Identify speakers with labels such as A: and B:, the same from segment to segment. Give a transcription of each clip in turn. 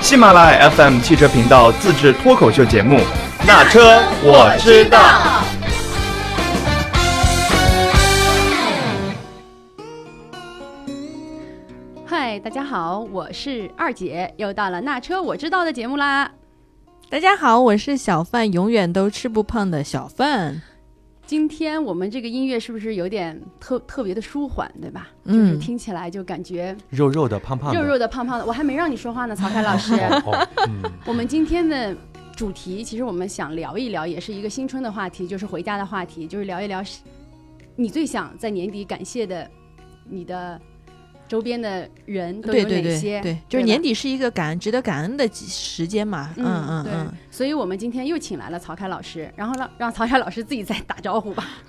A: 喜马拉雅 FM 汽车频道自制脱口秀节目《那车我知道》。
B: 嗨，大家好，我是二姐，又到了那车我知道的节目啦。
C: 大家好，我是小范，永远都吃不胖的小范。
B: 今天我们这个音乐是不是有点特特别的舒缓，对吧？就是
C: 嗯
B: 听起来就感觉
D: 肉肉的、胖胖的。
B: 肉肉的、胖胖的。我还没让你说话呢，曹凯老 师。
D: 哦，嗯，
B: 我们今天的主题，其实我们想聊一聊，也是一个新春的话题，就是回家的话题，就是聊一聊是你最想在年底感谢的你的周边的人都
C: 对
B: 有
C: 对
B: 哪
C: 对
B: 些？
C: 对，就是
B: 吧
C: 年底是一个感恩、值得感恩的时间嘛。嗯嗯
B: 对
C: 嗯，，
B: 所以我们今天又请来了曹凯老师，然后让让曹凯老师自己再打招呼吧。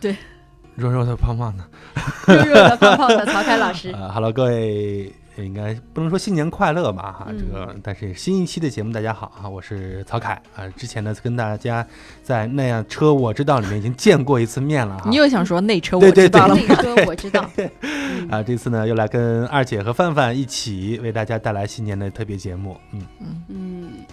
D: 肉肉的、胖胖的。
B: 肉肉的、胖胖的曹凯老师，
D: 呃，Hello，各位，呃应该不能说新年快乐吧？哈，
C: 嗯
D: 这个，但是新一期的节目，大家好啊，我是曹凯啊。之前呢，跟大家在那样车我知道里面已经见过一次面了啊
C: 你。又想说内车，我
D: 对对
C: 知道了。
B: 那个歌我知 道，嗯
D: 啊，这次呢，又来跟二姐和范范一起为大家带来新年的特别节目。嗯，
B: 嗯，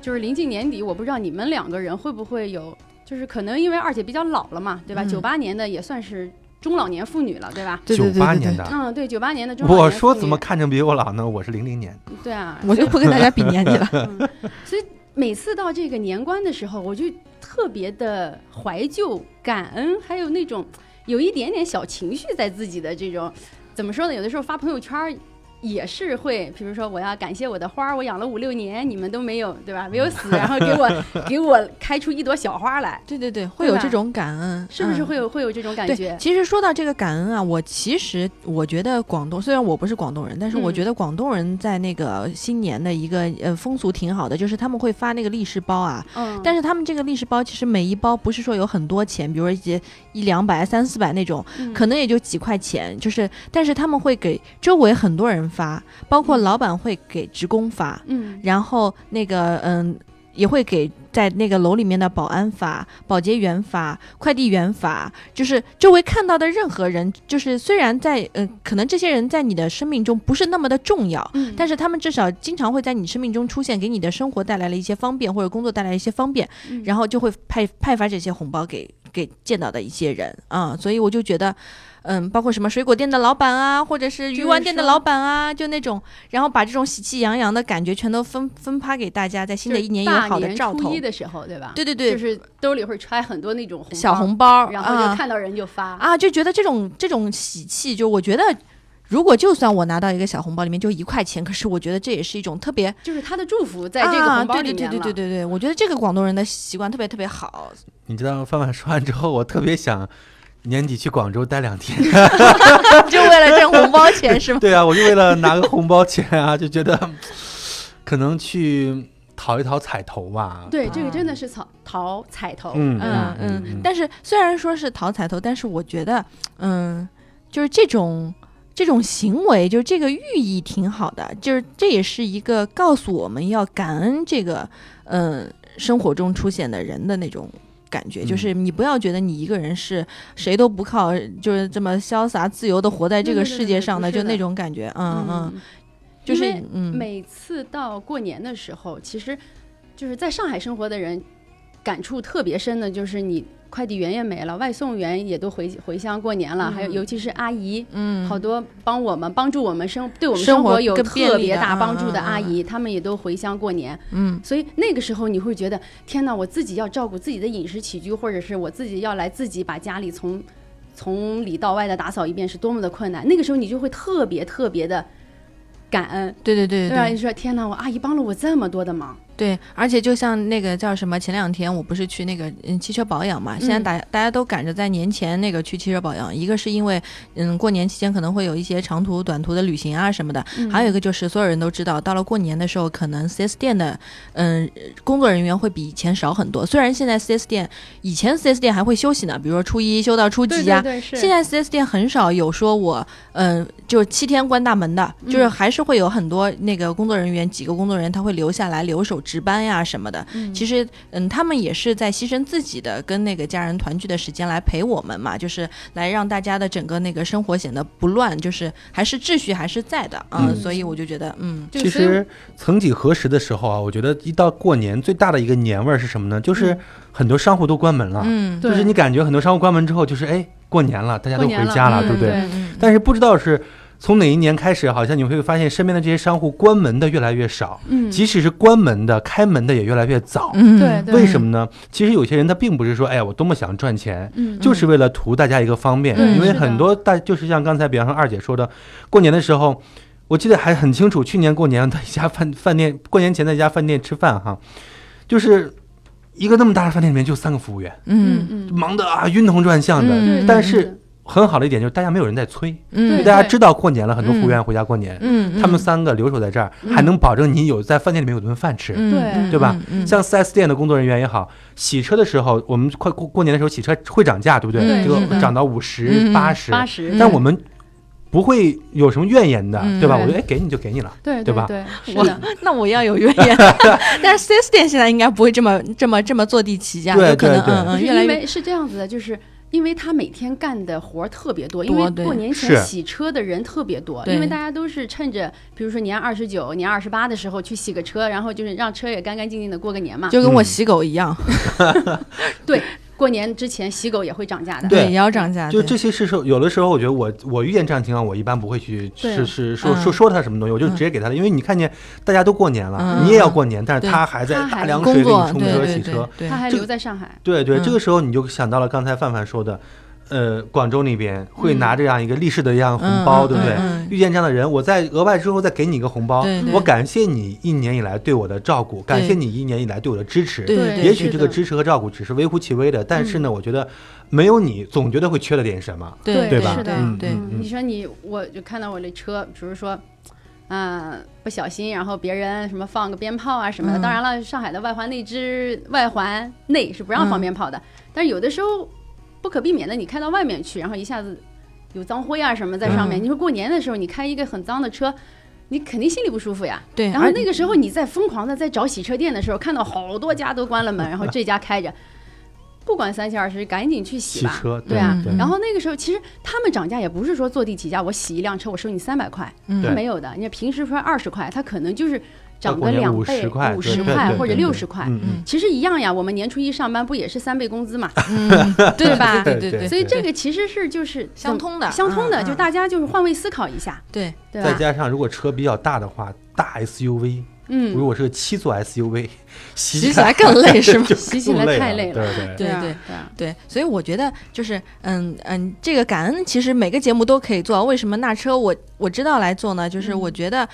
B: 就是临近年底，我不知道你们两个人会不会有，就是可能因为二姐比较老了嘛，对吧？
C: 嗯
B: 九八、年的也算是中老年妇女了，对吧？
C: 对对对
D: 九八
C: 对
D: 年
C: 对，啊
D: 的，
B: 嗯，对，九八年的中老年
D: 我
B: 妇
D: 说
B: 女
D: 怎么看着比我老呢？我是零零年。
B: 对啊？
C: 我就不跟大家比年纪了。
B: 嗯所以每次到这个年关的时候，我就特别的怀旧、感恩，还有那种有一点点小情绪在自己的这种，怎么说呢？有的时候发朋友圈儿也是会，比如说我要感谢我的花儿，我养了五六年，你们都没有 对吧？没有死，然后给我给我开出一朵小花来，
C: 对对对，会有
B: 吧
C: 这种感 恩，
B: 是不是
C: 嗯
B: 会有、会有这种感
C: 对
B: 觉，？
C: 其实说到这个感恩啊，我其实我觉得广东，虽然我不是广东人，但是我
B: 嗯
C: 觉得广东人在那个新年的一个呃风俗挺好的，就是他们会发那个利是包啊。
B: 嗯，
C: 但是他们这个利是包其实每一包不是说有很多钱，比如说一些一两百、三四百那种，
B: 嗯
C: 可能也就几块钱，就是但是他们会给周围很多人发，包括
B: 嗯
C: 老板会给职工发，
B: 嗯
C: 然后那个嗯，也会给在那个楼里面的保安发、保洁员发、快递员发，就是周围看到的任何人，就是虽然在呃，可能这些人在你的生命中不是那么的重要。
B: 嗯，
C: 但
B: 是
C: 是他们至少经常会在你生命中出现，给你的生活带来了一些方便，或者工作带来一些方便，
B: 嗯
C: 然后就会派派发这些红包给给见到的一些人啊、所以我就觉得，嗯，包括什么水果店的老板啊，或者是鱼
B: 就是
C: 丸店的
B: 说
C: 老板啊，就那种，然后把这种喜气洋洋的感觉全都分分发给大家，在新的一年有好的兆头
B: 初一。的时候，对吧？
C: 对对
B: 就
C: 对，
B: 是兜里会揣很多那种红
C: 小
B: 包
C: 红包
B: 然后就
C: 啊
B: 看到人就发。
C: 啊，就觉得这种这种喜气，就我觉得。如果就算我拿到一个小红包，里面就一块钱，可是我觉得这也是一种特别
B: 就是他的祝福在这个红包里面
C: 啊、对对对对
B: 对
C: 对对对，我觉得这个广东人的习惯特别特别好，
D: 你知道范范说完之后，我特别想年底去广州待两天。
C: 就为了挣红包钱 是吗？
D: 对啊，我就为了拿个红包钱啊，就觉得可能去讨一讨彩头吧。
B: 对，这个真的是草淘彩头，
D: 嗯
C: 嗯
D: 嗯
C: 嗯，但是虽然说是讨彩头，但是我觉得，嗯，就是这种这种行为，就是这个寓意挺好的，就是这也是一个告诉我们要感恩这个，嗯，生活中出现的人的那种。感觉
D: 嗯
C: 就是你不要觉得你一个人是谁都不靠，就是这么潇洒自由的活在这个
B: 对对对
C: 世界上的，
B: 对对
C: 就
B: 对
C: 那种感觉，嗯嗯，
B: 嗯，
C: 就是
B: 因为
C: 嗯，
B: 每次到过年的时候，其实就是在上海生活的人，感触特别深的就是你快递员也没了，外送员也都回回乡过年了，
C: 嗯
B: 还有尤其是阿姨。
C: 嗯
B: 好多帮我们帮助我们生对我们
C: 生
B: 生
C: 活
B: 活有
C: 更
B: 特
C: 便利
B: 别
C: 的
B: 大
C: 嗯
B: 帮助的
C: 嗯
B: 阿
C: 嗯
B: 姨，她们也都回乡过年。
C: 嗯
B: 所以那个时候你会觉得，天哪，我自己要照顾自己的饮食起居，或者是我自己要来自己把家里从从里到外的打扫一遍，是多么的困难。那个时候你就会特别特别的感恩，
C: 对对
B: 对啊
C: 对对
B: 吧？
C: 对
B: 你说天哪，我阿姨帮了我这么多的忙，
C: 对，而且就像那个叫什么，前两天我不是去那个嗯汽车保养嘛，现在
B: 嗯
C: 大大家都赶着在年前那个去汽车保养，一个是因为嗯过年期间可能会有一些长途、短途的旅行啊什么的，
B: 嗯
C: 还有一个就是所有人都知道，到了过年的时候，可能 4S 店的嗯工作人员会比以前少很多，虽然现在 4S 店以前 4S 店还会休息呢，比如说初一休到初几呀、啊
B: 对，是
C: 现在 4S 店很少有说我，嗯、就是七天关大门的，就是
B: 嗯
C: 还是会有很多那个工作人员，几个工作人员他会留下来留守值班呀什么的。其实，嗯，他们也是在牺牲自己的跟那个家人团聚的时间来陪我们嘛，就是来让大家的整个那个生活显得不乱，就是还是秩序还是在的啊。
D: 嗯
C: 所以我就觉得，嗯，
B: 就
D: 其
B: 所以
D: 实曾几何时的时候啊，我觉得一到过年最大的一个年味儿是什么呢？就是很多商户都关门了，
C: 嗯，
B: 嗯对
D: 就是你感觉很多商户关门之后，就是哎过年了，大家都
B: 过
D: 回
B: 年
D: 家了，
B: 了
D: 对不
B: 嗯
D: 对？
B: 对
C: 嗯
D: 但是不知道是从哪一年开始，好像你会发现身边的这些商户关门的越来越少，
B: 嗯，
D: 即使是关门的，开门的也越来越早。
C: 嗯，
B: 对对
D: 为什么呢？其实有些人他并不是说，哎呀，我多么想赚钱，
B: 嗯
D: 就是为了图大家一个方便，
C: 嗯
D: 因为
B: 是的
D: 很多大就是像刚才比方说二姐说的，过年的时候，我记得还很清楚，去年过年在一家饭饭店，过年前在一家饭店吃饭哈，就是一个那么大的饭店里面就三个服务员，
B: 嗯
C: 嗯
B: 嗯，
D: 忙得啊晕头转向的。
C: 嗯
B: 对
D: 但
B: 对
D: 是
B: 对
D: 很好的一点就是大家没有人在催，
C: 嗯，
D: 大
B: 对
D: 家知道过年了，很多服务员回家过年，
C: 嗯，
D: 他们三个留守在这儿，
B: 嗯
D: 还能保证你有在饭店里面有顿饭吃。
C: 嗯
B: 对
D: 对吧？
C: 嗯嗯
D: 像 4S 店的工作人员也好，洗车的时候，我们快过过年的时候洗车会涨价，对不对？
B: 对
D: 这个
B: 是的
D: 涨到五十、
C: 嗯
D: 八十，
B: 八十，
D: 但我们不会有什么怨言的，
C: 嗯
D: 对吧？
B: 对
D: 我觉得哎，给你就给你了。
B: 对
D: 对吧
B: 对，是
C: 我
B: 的，
C: 那我要有怨言，但是 4S 店现在应该不会这么这么这么坐地起价，
D: 对
C: 有可能
D: 对对
C: 嗯
B: 不
C: 嗯
B: 是
C: 越来
B: 因
C: 越
B: 为是这样子的，就是因为他每天干的活儿特别多，因
C: 多
B: 为
C: 对
B: 过年
D: 是
B: 前洗车的人特别多，
C: 对
B: 因为大家都是趁着比如说年二十九、年二十八的时候去洗个车，然后就是让车也干干净净的过个年嘛。
C: 就跟我
D: 嗯
C: 洗狗一样，
B: 过年之前洗狗也会涨价的，
D: 对
C: 也要涨价，
D: 就
C: 对
D: 这些事情，有的时候我觉得我我遇见这样的情况，我一般不会去
B: 对
D: 是是说
C: 嗯
D: 说说他什么东西，我就直接给他了，因为你看见大家都过年了，
C: 嗯
D: 你也要过年，但是
C: 对
D: 他还在
B: 他还
D: 大凉
C: 工
D: 水给你
C: 作
D: 冲
C: 对
D: 车
C: 对
D: 洗
C: 对
D: 车，
C: 对
B: 他还
D: 这
B: 留在上海。
D: 对对，
C: 嗯
D: 这个时候你就想到了刚才范范说的，呃，广州那边会拿这样一个立式的这样红包，
C: 嗯
D: 对不对？
C: 嗯嗯嗯
D: 遇见这样的人，我再额外之后再给你一个红包
C: 对对，
D: 我感谢你一年以来对我的照顾，感谢你一年以来对我的支持。
C: 对对
D: 也许
B: 是
D: 这个
B: 的嗯
D: 支持和照顾只是微乎其微的，但是呢，我觉得没有你，总觉得会缺了点什么。
C: 对
D: 对
B: 对
D: 吧
B: 是的，
D: 嗯
C: 对
D: 嗯
B: 你说你，我就看到我这车，比如说，啊、不小心，然后别人什么放个鞭炮啊什么的。
C: 嗯
B: 当然了，上海的外环内之外环内是不让放
C: 嗯
B: 鞭炮的，但是有的时候不可避免的，你开到外面去，然后一下子有脏灰啊什么在上面。
C: 嗯
B: 你说过年的时候，你开一个很脏的车。你肯定心里不舒服呀。啊
C: 对，
B: 然后
C: 而
B: 那个时候你在疯狂的在找洗车店的时候，看到好多家都关了门，然后这家开着，不管三七二十一，赶紧去洗
D: 洗
B: 吧。
D: 车，
B: 对啊
D: 对
C: 嗯
B: 然后那个时候，其实他们涨价也不是说坐地起价，我洗一辆车我收你三百块，
C: 嗯
B: 他
D: 对
B: 没有的。你平时说二十块，他可能就是涨
D: 过
B: 个
D: 年
B: 两
D: 50
B: 倍、
D: 块
B: 五
D: 对
B: 十
D: 对
B: 块
D: 对
B: 或者
D: 对对
B: 六十块，
D: 嗯嗯，
B: 其实一样呀。我们年初一上班不也是三倍工资 嘛？
C: 嗯，对吧？
D: 对
C: 对
D: 对
B: 所以这
C: 对
B: 个其实是就是
C: 相通的，
B: 相通的，
C: 嗯
B: 就
C: 嗯
B: 大家就是换位思考一下，
C: 对
B: 对
D: 再
B: 吧？
D: 加上如果车比较大的话，大 SUV，如
B: 嗯，
D: 果是个七座 SUV，洗？
C: 洗起来更累是吗
D: 就
B: 洗起来
D: 更
B: 太累
D: 累了，
B: 了
D: 对对。
C: 对
B: 啊
C: 对
B: 对啊，
C: 对，所以我觉得就是，嗯嗯，这个感恩其实每个节目都可以做。为什么那车我我知道来做呢？就是
B: 嗯
C: 我觉得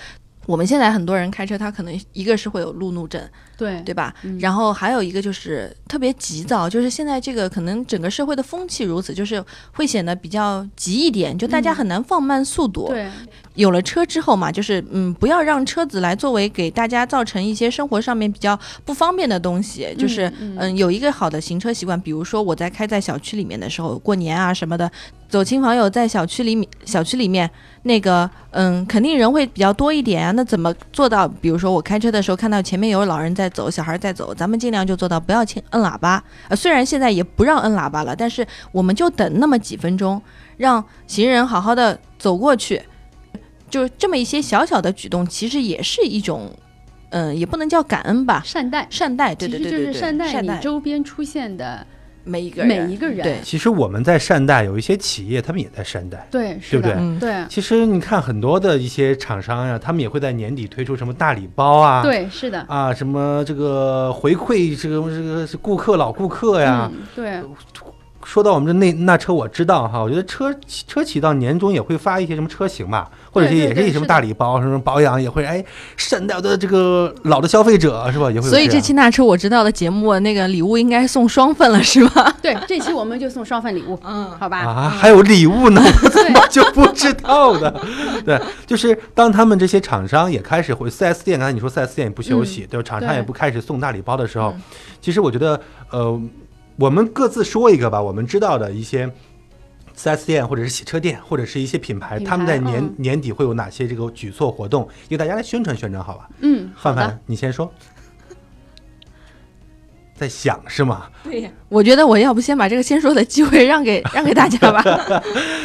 C: 我们现在很多人开车，他可能一个是会有路怒症，
B: 对
C: 对吧？
B: 嗯
C: 然后还有一个就是特别急躁，就是现在这个可能整个社会的风气如此，就是会显得比较急一点，就大家
B: 嗯
C: 很难放慢速度。
B: 对，
C: 有了车之后嘛，就是嗯，不要让车子来作为给大家造成一些生活上面比较不方便的东西，就是
B: 嗯
C: 嗯
B: 嗯
C: 有一个好的行车习惯，比如说我在开在小区里面的时候，过年啊什么的，走亲访友在小区里面，小区里面那个嗯，肯定人会比较多一点啊。那怎么做到？比如说我开车的时候看到前面有老人在走，小孩在走，咱们尽量就做到不要轻摁喇叭。呃，虽然现在也不让摁喇叭了，但是我们就等那么几分钟，让行人好好的走过去。就这么一些小小的举动，其实也是一种，嗯、也不能叫感恩吧，
B: 善待，
C: 善待，对
B: 其实
C: 对对
B: 就
C: 对
B: 是
C: 对，
B: 善待
C: 善
B: 你
C: 待
B: 周边出现的
C: 每一个人，
B: 每一个人，
C: 对，
D: 其实我们在善待，有一些企业他们也在善待。
B: 对，是
D: 对
B: 的，
C: 嗯
B: 对
D: 其实你看很多的一些厂商呀、他们也会在年底推出什么大礼包啊，
B: 对，是的，
D: 啊，什么这个回馈这个这个是顾客老顾客呀。
B: 嗯，对，
D: 说到我们这那那车，我知道哈，我觉得车车企到年终也会发一些什么车型吧，或者是
B: 对对
D: 也是
B: 对
D: 一些什么
B: 是的
D: 大礼包，什么保养也会哎善待我的这个老的消费者是吧？也会有
C: 所以
D: 这
C: 这
D: 样
C: 期那车我知道的节目，那个礼物应该送双份了，是吧？
B: 对，这期我们就送双份礼物，
C: 嗯，
B: 好吧？
D: 啊， 还有礼物呢，我怎么 就不知道呢？ 对，就是当他们这些厂商也开始回4 S 店，刚才你说4 S 店也不休息，对吧？厂商
B: 对
D: 也不开始送大礼包的时候，其实我觉得，呃，我们各自说一个吧，我们知道的一些。4S 店或者是洗车店或者是一些品牌，
B: 品牌
D: 他们在年、
B: 嗯
D: 年底会有哪些这个举措活动，给大家来宣传宣传，好吧？
B: 嗯，好
D: 范
B: 的，
D: 范，你先说。在想是吗？
B: 对呀，
C: 我觉得我要不先把这个先说的机会让给让给大家 吧。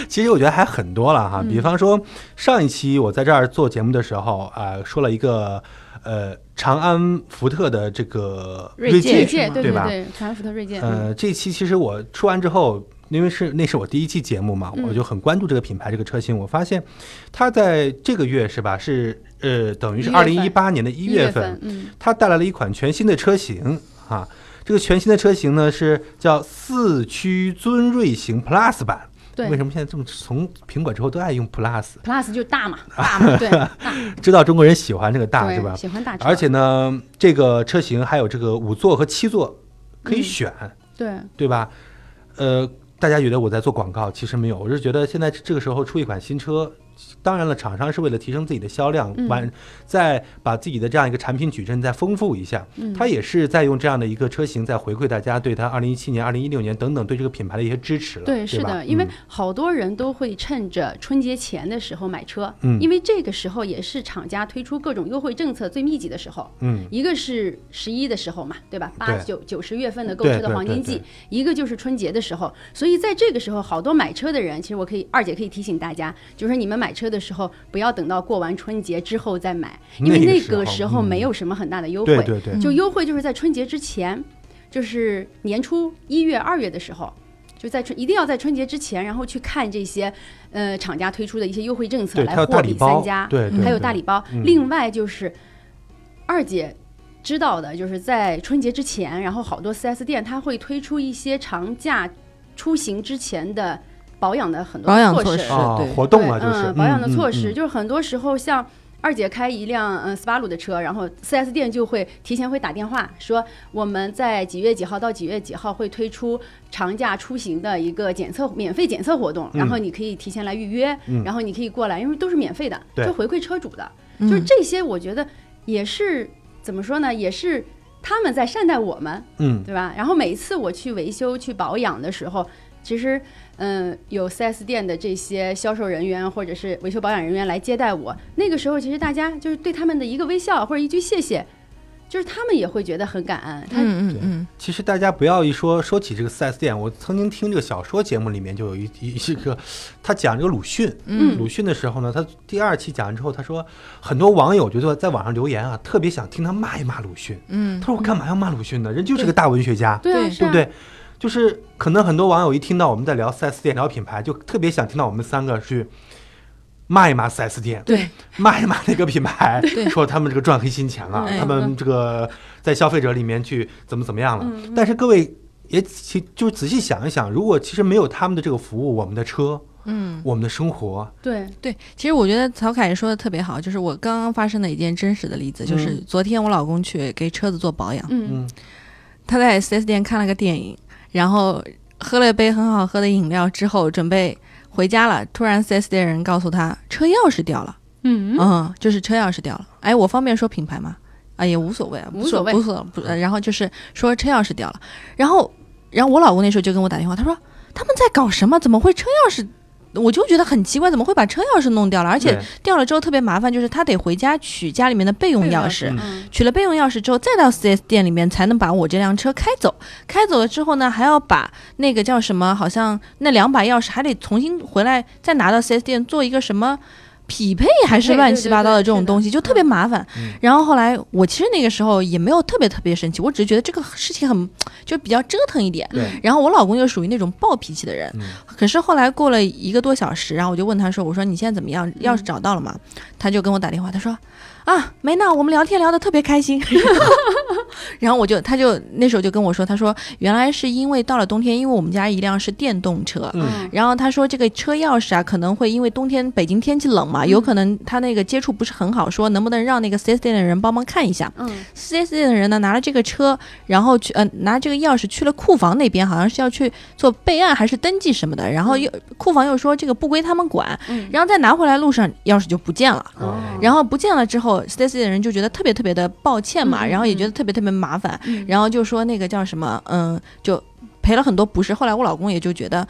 D: 其实我觉得还很多了哈，
B: 嗯
D: 比方说上一期我在这儿做节目的时候啊、呃说了一个呃长安福特的这个锐
C: 锐
B: 锐
C: 界
D: 界，
B: 界
C: 是吗
B: 对
D: 对吧
B: 对，长安福特锐界，嗯
D: 呃，这期其实我出完之后，因为是那是我第一期节目嘛，
B: 嗯
D: 我就很关注这个品牌这个车型。我发现它在这个月是吧，是呃，等于是
B: 一
D: 二
B: 月份
D: 零一八年的一
B: 一
D: 月
B: 月
D: 份，，
B: 嗯，
D: 它带来了一款全新的车型啊。这个全新的车型呢是叫四驱尊锐型 Plus 版。
B: 对
D: 为什么现在这么从苹果之后都爱用 Plus？
B: ，plus 就大 嘛，大嘛，对，大
D: 知道中国人喜欢这个大
B: 对
D: 是吧？
B: 喜欢大车，
D: 而且呢，这个车型还有这个五座和七座可以
B: 嗯
D: 选。
B: 对，
D: 对吧？呃，大家觉得我在做广告，其实没有，我是觉得现在这个时候出一款新车，当然了，厂商是为了提升自己的销量，
B: 嗯
D: 完、再把自己的这样一个产品矩阵再丰富一下，
B: 嗯，
D: 它也是在用这样的一个车型在回馈大家对它二零一七年、二零一六年等等对这个品牌的一些支持了，对
B: 对，是
D: 吧
B: 的，因为
D: 嗯
B: 好多人都会趁着春节前的时候买车，
D: 嗯
B: 因为这个时候也是厂家推出各种优惠政策最密集的时候。
D: 嗯
B: 一个是十一的时候嘛，对吧？八
D: 对
B: 九九十月份的购
D: 对
B: 车的
D: 对
B: 黄
D: 对
B: 金
D: 对
B: 季，一个就是春节的时候。所以在这个时候，好多买车的人，其实我可以二姐可以提醒大家，就是你们买车的时候，不要等到过完春节之后再买，因为
D: 那个
B: 那
D: 时
B: 个
D: 候
B: 时候
D: 嗯
B: 没有什么很大的优惠
D: 对。对对，
B: 就优惠就是在春节之前，就是年初一月、二月的时候，就在春一定要在春节之前，然后去看这些呃厂家推出的一些优惠政策
D: 对，
B: 来
D: 它有
B: 货
D: 大
B: 比
D: 礼包
B: 三，家，
D: 对对，
B: 还有
D: 对
B: 大礼包。
D: 嗯
B: 另外就是二姐。知道的就是在春节之前，然后好多 4S 店它会推出一些长假出行之前的保养的很多
C: 保养
B: 措
C: 措
B: 施
C: 施
D: 啊
C: 对
D: 活动了
B: 对
D: 就是
B: 嗯、保养的措
D: 嗯
B: 施，
D: 嗯
B: 就是很多时候像二姐开一辆嗯斯巴鲁的车，然后 4S 店就会提前会打电话说我们在几月几号到几月几号会推出长假出行的一个检测免费检测活动，
D: 嗯
B: 然后你可以提前来预约，
D: 嗯
B: 然后你可以过来，因为都是免费的，
D: 对
B: 就回馈车主的，
C: 嗯
B: 就是这些，我觉得也是怎么说呢，也是。他们在善待我们，
D: 嗯
B: 对吧？然后每一次我去维修、去保养的时候，其实，嗯，有 4S 店的这些销售人员或者是维修保养人员来接待我，那个时候其实大家就是对他们的一个微笑或者一句谢谢，就是他们也会觉得很感恩。他
C: 嗯嗯嗯，
D: 其实大家不要一说说起这个 4S 店，我曾经听这个小说节目里面就有一一一个，他讲这个鲁迅，
C: 嗯
D: 鲁迅的时候呢，他第二期讲完之后，他说很多网友就在在网上留言啊，特别想听他骂一骂鲁迅。
C: 嗯
D: 他说我干嘛要骂鲁迅呢？人就是个大文学家，
B: 对啊，
C: 对
B: 是
D: 对
B: 啊
D: 不对？就是可能很多网友一听到我们在聊 4S 店、聊品牌，就特别想听到我们三个去骂一骂 4S 店，
C: 对，
D: 骂一骂那个品 牌，说他们这个赚黑心钱了，
C: 嗯
D: 他们这个在消费者里面去怎么怎么样了。
B: 嗯
D: 但是各位也其就仔细想一想，如果其实没有他们的这个服务，我们的车，
C: 嗯。
D: 我们的生活，
B: 对，
C: 对，其实我觉得曹凯说的特别好，就是我刚刚发生的一件真实的例子，就是
D: 嗯
C: 昨天我老公去给车子做保养，
B: 嗯，
D: 嗯
C: 他在 4S 店看了个电影，然后喝了一杯很好喝的饮料之后，准备回家了，突然 4S 店人告诉他车钥匙掉了，
B: 嗯
C: 嗯，就是车钥匙掉了。哎，我方便说品牌吗？啊，也无所谓啊，
B: 无所谓嗯
C: 无所不。呃然后就是说车钥匙掉了，然后，然后我老公那时候就跟我打电话，他说他们在搞什么？怎么会车钥匙？我就觉得很奇怪，怎么会把车钥匙弄掉了？而且
D: 对
C: 掉了之后特别麻烦，就是他得回家取家里面的备用
B: 备用
C: 钥
B: 钥
C: 匙。
D: 嗯
B: 嗯，
C: 取了备用钥匙之后，再到 4S 店里面才能把我这辆车开走。开走了之后呢，还要把那个叫什么，好像那两把钥匙还得重新回来再拿到 4S 店做一个什么。匹配还是
B: 匹配
C: 乱
B: 对
C: 七
B: 对
C: 八糟的
B: 对
C: 这种
B: 是的
C: 东西，就特别麻烦。
D: 嗯
C: 然后后来我其实那个时候也没有特别特别生气，我只是觉得这个事情很就比较折腾一点。
D: 对
C: 然后我老公又属于那种暴脾气的人，
D: 嗯
C: 可是后来过了一个多小时，然后我就问他说：“我说你现在怎么样？钥
B: 嗯
C: 匙找到了吗？”他就跟我打电话，他说：“啊，没呢，我们聊天聊得特别开心。”然后我就，他就那时候就跟我说，他说原来是因为到了冬天，因为我们家一辆是电动车，
D: 嗯，
C: 然后他说这个车钥匙啊，可能会因为冬天北京天气冷嘛，有可能他那个接触不是很好，说能不能让那个 4S 店的人帮忙看一下。
B: 嗯，
C: 4S 店的人呢，拿了这个车，然后去呃拿这个钥匙去了库房那边，好像是要去做备案还是登记什么的，然后又、库房又说这个不归他们管，
B: 嗯，
C: 然后再拿回来路上钥匙就不见了。
D: 哦
C: 嗯然后不见了之后，Stacy 的人就觉得特别特别的抱歉嘛，
B: 嗯嗯
C: 然后也
B: 嗯
C: 觉得特别特别麻烦，
B: 嗯
C: 然后就说那个叫什么，嗯，就赔了很多不是。后来我老公也就觉得，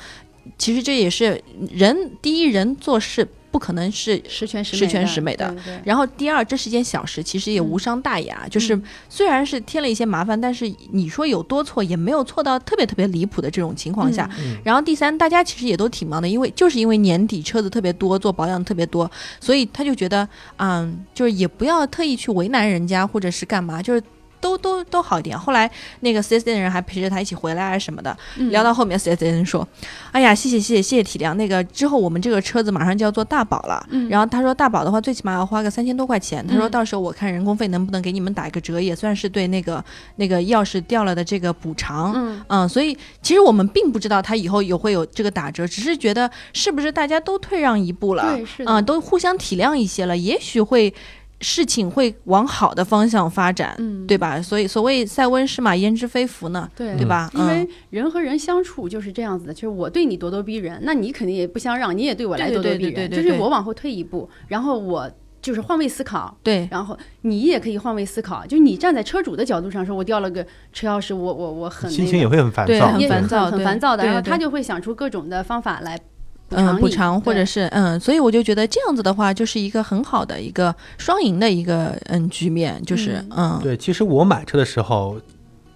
C: 其实这也是人第一人做事不可能是
B: 十全十美
C: 十全十美的
B: 对对
C: 然后第二，这是件小事，其实也无伤大雅，就是
B: 嗯
C: 虽然是添了一些麻烦，但是你说有多错，也没有错到特别特别离谱的这种情况下。
D: 嗯
C: 然后第三，大家其实也都挺忙的，因为就是因为年底车子特别多，做保养特别多，所以他就觉得，嗯，就是也不要特意去为难人家或者是干嘛，就是。都都都好一点。后来那个 4S 店的人还陪着他一起回来啊什么的。
B: 嗯
C: 聊到后面，4S 店人说：“哎呀，谢谢谢谢谢谢体谅。那个之后我们这个车子马上就要做大保了，
B: 嗯
C: 然后他说大保的话，最起码要花个三千多块钱。他说
B: 嗯
C: 到时候我看人工费能不能给你们打一个折，也算是对那个那个钥匙掉了的这个补偿。
B: 嗯
C: 嗯，所以其实我们并不知道他以后有会有这个打折，只是觉得是不是大家都退让一步了，
B: 对是的
C: 嗯，都互相体谅一些了，也许会事情会往好的方向发展，
B: 嗯
C: 对吧？所以所谓塞翁失马焉知非福呢，
B: 对
C: 对吧？
B: 因为
C: 嗯、
B: 人和人相处就是这样子的，就是我对你咄咄逼人，那你肯定也不相让，你也对我来
C: 对
B: 咄
C: 对
B: 咄逼
C: 对对
B: 人，
C: 对
B: 就是
C: 对
B: 我往后退一步，然后我就是换位思考，
C: 对
B: 然后你也可以换位思考，就你站在车主的角度上说，我掉了个车钥匙，我我我很
D: 心
B: 那
D: 情
B: 个
D: 也会很烦
C: 对
D: 躁，
C: 很
B: 也
C: 烦躁
B: 很
C: 对
B: 烦躁的，
C: 对
B: 然后他
C: 对
B: 就会想出各种的方法来补
C: 嗯
B: 偿，
C: 补
B: 你
C: 偿或者
B: 对
C: 是嗯，所以我就觉得这样子的话，就是一个很好的一个双赢的一个嗯局面，就是嗯
D: 对，其实我买车的时候，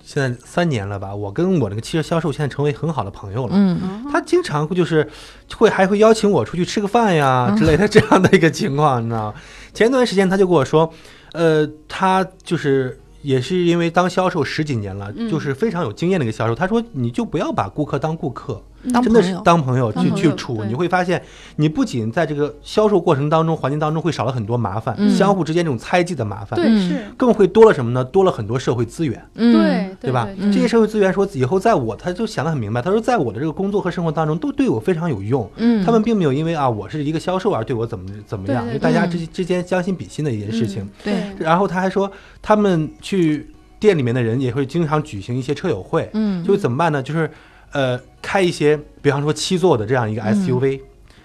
D: 现在三年了吧，我跟我那个汽车销售现在成为很好的朋友了。
C: 嗯
D: 他经常会就是会还会邀请我出去吃个饭呀
B: 嗯
D: 之类的这样的一个情况，你知道吗？前段时间他就跟我说，呃，他就是也是因为当销售十几年了，
B: 嗯
D: 就是非常有经验的一个销售。他说，你就不要把顾客当顾客，
C: 当
D: 真的
C: 朋
D: 是
C: 友。
D: 当朋友
B: 当
D: 去
B: 朋
D: 去
B: 友
D: 处，
B: 对
D: 你会发现，你不仅在这个销售过程当中、环境当中会少了很多麻烦，
C: 嗯
D: 相互之间这种猜忌的麻烦，
B: 对
C: 嗯
B: 是，
D: 更会多了什么呢？多了很多社会资源。
C: 嗯
B: 对
D: 对吧？
C: 嗯
D: 这些社会资源说以后在我，他就想得很明白。他说，在我的这个工作和生活当中，都对我非常有用。
C: 嗯，
D: 他们并没有因为啊，我是一个销售而对我怎么怎么样，
B: 对
D: 就
B: 对
D: 大家
C: 对嗯
D: 之之间将心比心的一件事情
B: 嗯。
C: 对
D: 然后他还说，他们去店里面的人也会经常举行一些车友会，
C: 嗯
D: 就怎么办呢？就是呃，开一些比方说七座的这样一个
C: 嗯
D: SUV，、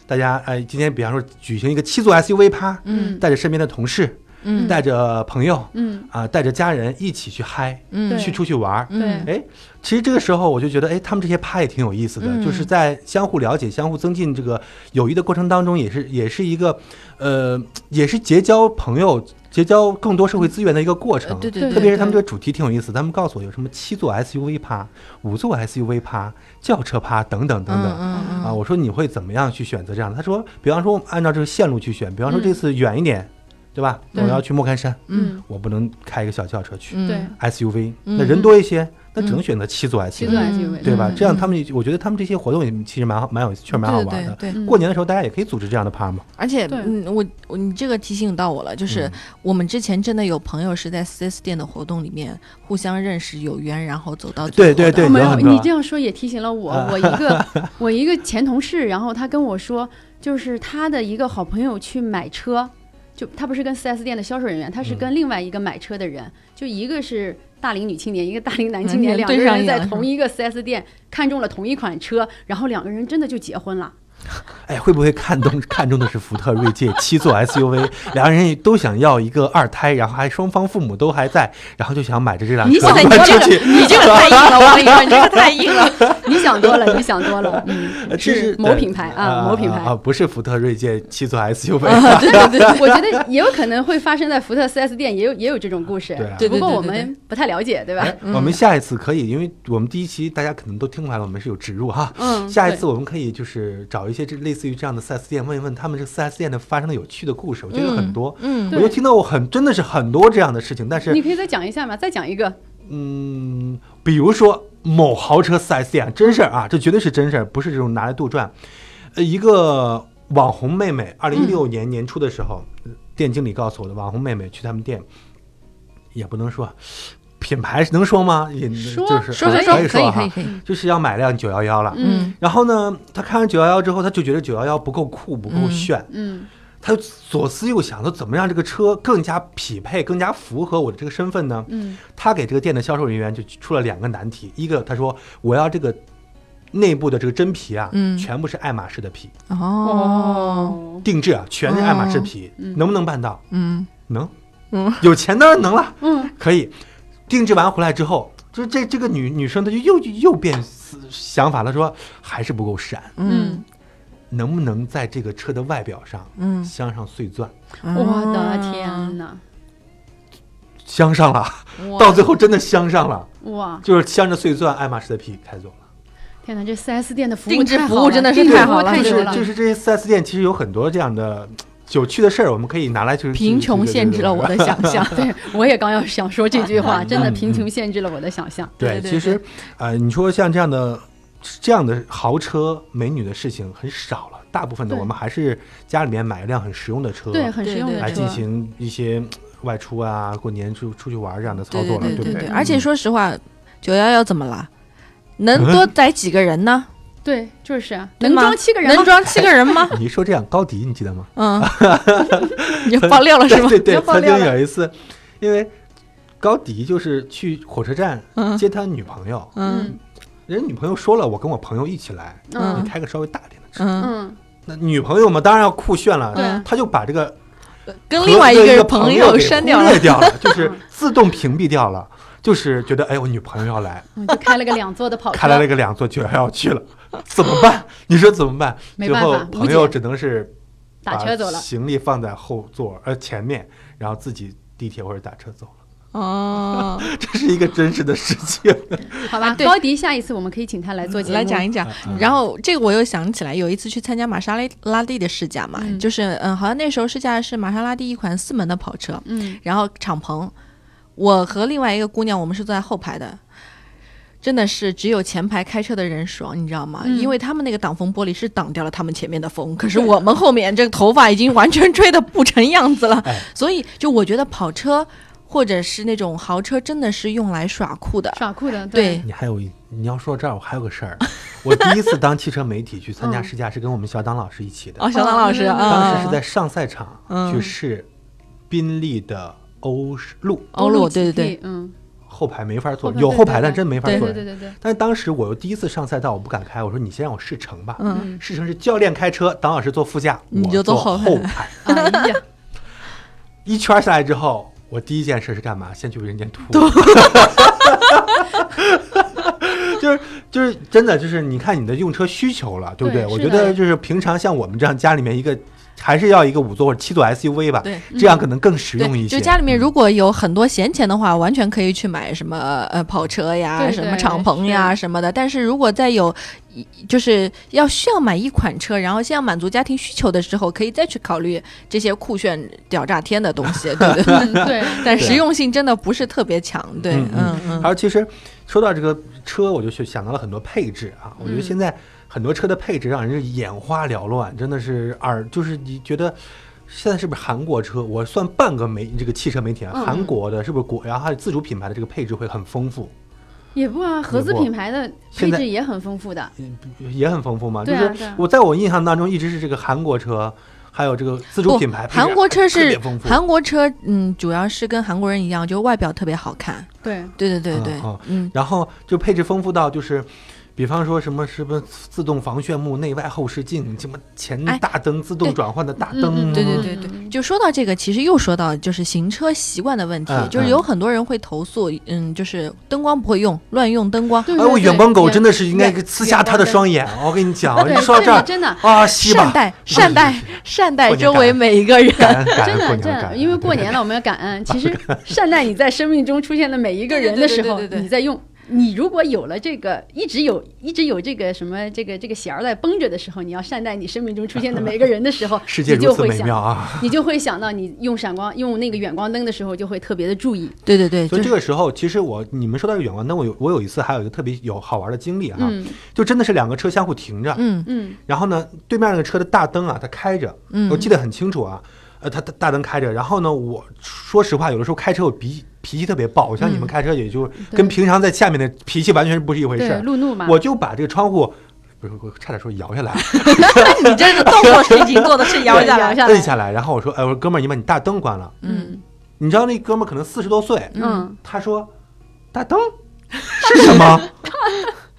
D: 大家哎、今天比方说举行一个七座 SUV 趴，
C: 嗯
D: 带着身边的同事，
C: 嗯
D: 带着朋友
B: 嗯，
D: 啊、带着家人一起去嗨，
C: 嗯
D: 去出去玩儿。
C: 嗯
D: 哎，其实这个时候我就觉得，哎，他们这些趴也挺有意思的，
C: 嗯
D: 就是在相互了解、相互增进这个友谊的过程当中，也是也是一个，呃，也是结交朋友、结交更多社会资源的一个过程。
C: 呃对对
B: 对
C: 对，
D: 特别是他们这
C: 对
D: 个主题挺有意思，他们告诉我有什么七座 SUV 趴、五座 SUV 趴、轿车趴等等等等。
C: 嗯嗯
D: 啊，我说你会怎么样去选择这样的？他说，比方说按照这个线路去选，比方说这次远一点，对吧？我
C: 嗯对
D: 要去莫干山，
C: 嗯
D: 我不能开一个小轿车去。
C: 嗯
B: 对
D: SUV，
C: 嗯
D: 那人多一些，那只能
C: 嗯
D: 选择七座 SUV，
B: 七座 SUV
D: 对吧？
C: 嗯
D: 这样他们，我觉得他们这些活动也其实蛮好，蛮有趣，蛮好
C: 对
D: 玩
C: 对
D: 的。
C: 对，
B: 嗯
D: 过年的时候，大家也可以组织这样的趴嘛。
C: 而且
B: 对
C: 嗯，我我你这个提醒到我了，就是
D: 嗯
C: 我们之前真的有朋友是在 4S 店的活动里面互相认识有缘，然后走到最
D: 对对
C: 后的
D: 对
B: 没
D: 有
B: 有，
D: 很多
B: 你这样说也提醒了我，
D: 啊
B: 我一 个我一个前同事，然后他跟我说，就是他的一个好朋友去买车，就他不是跟 4S 店的销售人员，他
D: 嗯
B: 是跟另外一个买车的人，就一个是。大龄女青年，一个大龄男青年，
C: 嗯
B: 两个
C: 对上
B: 人
C: 眼
B: 在
C: 了是
B: 同一个 4S 店看中了同一款车，然后两个人真的就结婚了。
D: 哎，会不会看中看中的是福特锐界七座 SUV？两 个人也都想要一个二胎，然后还双方父母都还在，然后就想买着这辆
C: 你
D: 车
C: 想的你
D: 搬
C: 这
D: 出
C: 个
D: 去。
C: 你这个太硬了，我跟你说，你这个太硬了。
B: 你想多了，你想多了，
D: 呃
B: 嗯，
D: 其实
B: 是某品牌啊，某品牌
D: 啊，啊，不是福特锐界七座 SUV。
C: 嗯
B: 对对 对，我觉得也有可能会发生在福特 4S 店，也有也有这种故事。
D: 对啊
C: 对对对
B: 不过
C: 对
B: 我
C: 对
B: 们不太了解，对吧
D: 哎？我
C: 嗯
D: 们下一次可以，因为我们第一期大家可能都听出来了，我们是有植入哈。
B: 嗯，
D: 下一次我们可以就是找一些这类似于这样的 4S 店，问一问他们这 4S 店的发生的有趣的故事，我觉得有很多。
C: 嗯
D: 我就听到过很真的是很多这样的事情，但
B: 你
D: 是
B: 可以再讲一下嘛，再讲一个。
D: 嗯，比如说某豪车 4S 店，真事儿啊，这绝对是真事儿，不是这种拿来杜撰。呃，一个网红妹妹，二零一六年年初的时候，店经理告诉我的，网红妹妹去他们店，也不能说品牌能说吗？也
B: 说
D: 就是
C: 说
D: 啊
C: 说
B: 可
C: 说，可以
D: 以啊
C: 可
D: 哈
C: 以，可以，
D: 就是要买辆九幺幺了。
C: 嗯
D: 然后呢，他看完九幺幺之后，他就觉得九幺幺不够酷，不够
C: 嗯
D: 炫，
B: 嗯
D: 他就左思右想，他怎么让这个车更加匹配、更加符合我的这个身份呢？
B: 嗯
D: 他给这个店的销售人员就出了两个难题，一个他说我要这个内部的这个真皮啊，
C: 嗯
D: 全部是爱马仕的皮，
C: 哦，，
D: 定制啊，全是爱马仕皮，
B: 嗯
D: 能不能办到？
C: 嗯
D: 能，
C: 嗯，
D: 有钱当然能了，
B: 嗯，
D: 可以。定制完回来之后，就是这这个女女生她就又又变思想法了，说还是不够闪。
C: 嗯
D: 能不能在这个车的外表上
C: 嗯，
D: 镶上碎钻？
B: 我的天呐，
D: 镶上了，
C: 哇，
D: 到最后真的镶上了，
B: 哇，
D: 就是镶着碎钻，爱马仕的皮开走了。
B: 天呐，这 4S 店的服务
C: 定制
B: 太
C: 服
B: 好
C: 务
B: 了
C: 真的是
B: 定制
C: 太
B: 服务
C: 好了
B: 太
D: 就
B: 牛
D: 是
B: 了，
D: 就是这些四 S 店其实有很多这样的有趣的事儿，我们可以拿来就是
C: 贫穷限制了我的想象。
B: 对，我也刚要想说这句话，真的
D: 嗯
B: 贫穷限制了我的想象。
D: 对，
C: 对对
D: 其实，呃，你说像这样的这样的豪车美女的事情很少了，大部分的
B: 对
D: 我们还是家里面买一辆很实用的车，
B: 对，很实用
C: 对
B: 的
D: 来
B: 车
D: 进，行一些嗯外出啊、过年出出去玩这样的操
C: 对
D: 作了，
C: 对
D: 不
C: 对
D: 对？嗯
C: 对，而且说实话，九幺幺怎么了？能多
D: 嗯
C: 载几个人呢？
B: 对，就是啊
C: 对
B: 能
C: 吗
B: 装七个人
C: 能
B: 吗？
C: 装七个人吗？
D: 你一说这样，高迪你记得吗？
C: 嗯，你爆料 了是吗？
D: 对对
C: 要
D: 对，
C: 爆
D: 曾经
C: 料了。
D: 有一次，因为高迪就是去火车站
C: 嗯
D: 接他女朋友，
C: 嗯
D: 人女朋友说了，我跟我朋友一起来，
B: 嗯
D: 你开个稍微大点的车。
C: 嗯，
B: 嗯，
D: 那女朋友嘛，当然要酷炫了，
C: 对
D: 他就把这个
C: 跟
D: 和
C: 另外
D: 一
C: 个
D: 个
C: 朋
D: 友
C: 友
D: 给
C: 删掉
D: 忽
C: 了
D: 略。掉了， 就是自动屏蔽掉了，就是觉得哎，我女朋友要来，
B: 嗯就开了个两座的跑车，
D: 开来了个两座就要去了，怎么办？你说怎么办？
B: 没
D: 最
B: 办
D: 后
B: 法
D: 朋友
B: 无解
D: 只能是
B: 打
D: 把
B: 车走了。
D: 行李放在后座呃前面，然后自己地铁或者打车走了。
C: 哦，
D: 这是一个真实的事情，
B: 好
D: 啊
B: 吧，
C: 对
B: 高迪下一次我们可以请他来做节目，
C: 来讲一讲。然后这个我又想起来，有一次去参加玛莎拉拉蒂的试驾嘛，
B: 嗯
C: 就是嗯，好像那时候试驾的是玛莎拉蒂一款四门的跑车，
B: 嗯，
C: 然后敞篷，我和另外一个姑娘，我们是坐在后排的，真的是只有前排开车的人爽，你知道吗？
B: 嗯
C: 因为他们那个挡风玻璃是挡掉了他们前面的风，可是我们后面这个头发已经完全吹得不成样 子了，
D: 哎
C: 所以就我觉得跑车或者是那种豪车真的是用来耍酷的，
B: 耍酷的，
C: 对，
D: 你还有一你要说到这儿，我还有个事儿，我第一次当汽车媒体去参加
B: 嗯
D: 试驾是跟我们小党老师一起的，
C: 哦，小党老师
B: 哦
C: 啊，
D: 当时是在上赛场
C: 嗯
D: 去试宾利的欧陆，
C: 欧陆，哦对对对，
B: GT，嗯，
D: 后排没法
B: 后，
D: 坐
B: 排
D: 有
B: 对
D: 后
B: 对
D: 排
B: 对
D: 但真没法
C: 对
D: 坐
B: 对对
D: 人。
B: 对对，
D: 但是当时我又第一次上赛道，我不敢开，我说你先让我试乘吧。
C: 嗯。
B: 嗯，
D: 试乘是教练开车，党老师坐副驾，
C: 你就
D: 我
C: 坐
D: 坐
C: 后排
D: 后排。
B: 哎呀，
D: 一圈下来之后，我第一件事是干嘛？先去卫生间吐。 就是就是真的就是你看你的用车需求了，对不对？
B: 对
D: 我
B: 是
D: 觉
B: 的
D: 得就是平常像我们这样家里面一个还是要一个五座或者七座 SUV 吧，
C: 对嗯
D: 这样可能更实
C: 对，
D: 用一些。嗯
C: 就家里面如果有很多闲钱的话，完全可以去买什么呃跑车呀、
B: 对
C: 什么
B: 对
C: 敞篷呀什么的。但是如果再有一，就是要需要买一款车，然后先要满足家庭需求的时候，可以再去考虑这些酷炫屌炸天的东 西，对不对？
B: 嗯对，
C: 但
D: 对
C: 实用性真的不是特别强，对，
D: 嗯嗯
C: 嗯嗯
D: 还有，其实说到这个车，我就去想到了很多配置啊。我觉得
B: 嗯
D: 现在很多车的配置让人是眼花缭乱，真的是耳，就是你觉得现在是不是韩国车？我算半个媒这个汽车媒体啊，
B: 嗯
D: 韩国的是不是国，然后它的自主品牌的这个配置会很丰富，
B: 也不 啊，合资
D: 也不
B: 品牌的配
D: 现在
B: 置也很丰富的，
D: 也很丰富嘛。就
B: 对啊
D: 是
B: 对啊
D: 我在我印象当中一直是这个韩国车，还有这个自主
B: 哦
C: 不
D: 品牌配置
C: 韩国车
D: 特
C: 是
D: 别丰富
C: 韩国车，嗯，主要是跟韩国人一样，就外表特别好看，
B: 对，
C: 对对对
D: 嗯
C: 对
D: 嗯，
C: 嗯，
D: 然后就配置丰富到就是，比方说什么什么自动防眩目、内外后视镜，什么前
C: 哎
D: 大灯、自动
C: 对
D: 转换的大
B: 嗯
D: 灯，
B: 嗯
C: 对对对对，
B: 嗯
C: 就说到这个，其实又说到就是行车习惯的问题，
D: 嗯
C: 就是有很多人会投诉，嗯，就是灯光不会用，乱用灯光。
B: 对
D: 哎，我远光狗真
B: 的，
D: 的是应该刺瞎他的双眼，我跟你讲，
B: 啊对
D: 你说到
B: 真
D: 这
B: 的
D: 儿
B: 真的。
D: 啊，西
C: 善
D: 吧，
C: 待善待善待
D: 过年
C: 周围
D: 感
C: 每一个人。
D: 感恩感
B: 真
D: 恩
B: 的，
D: 过年
B: 真
D: 了感
B: 的，
D: 恩，，
B: 因为过年了，我们要感恩。其实善待你在生命中出现的每一个人的时候
C: 对对对对对，对
B: 你在用。你如果有了这个，一直有一直有这个什么这个这个弦儿在绷着的时候，你要善待你生命中出现的每一个人的时候
D: 世界
B: 你
D: 如
B: 就
D: 此
B: 会
D: 美妙
B: 想，
D: 啊！
B: 你就会想到你用闪光用那个远光灯的时候，就会特别的注意。
C: 对对对，
D: 所以
C: 就是
D: 这个时候，其实我你们说到远光灯，我有我有一次还有一个特别有好玩的经历 啊，
B: 嗯
D: 就真的是两个车相互停着，
C: 嗯
B: 嗯
D: 然后呢，对面那个车的大灯啊，它开着，
C: 嗯
D: 我记得很清楚啊，呃，它它大灯开着，然后呢，我说实话，有的时候开车我脾脾气特别暴，我像你们开车也就跟
B: 嗯对
D: 平常在下面的脾气完全不是一回事
B: 对，
D: 儿，
B: 路怒嘛。
D: 我就把这个窗户，不是，我差点说摇下来，啊
C: 你这是动过水井做的是摇
B: 对
C: 下
B: 摇
C: 来。
B: 下来
D: 摁下来，然后我说，哎，我说哥们儿，你把你大灯关了，
C: 嗯，
D: 你知道那哥们儿可能四十多岁，
B: 嗯，
D: 他说大灯是什么？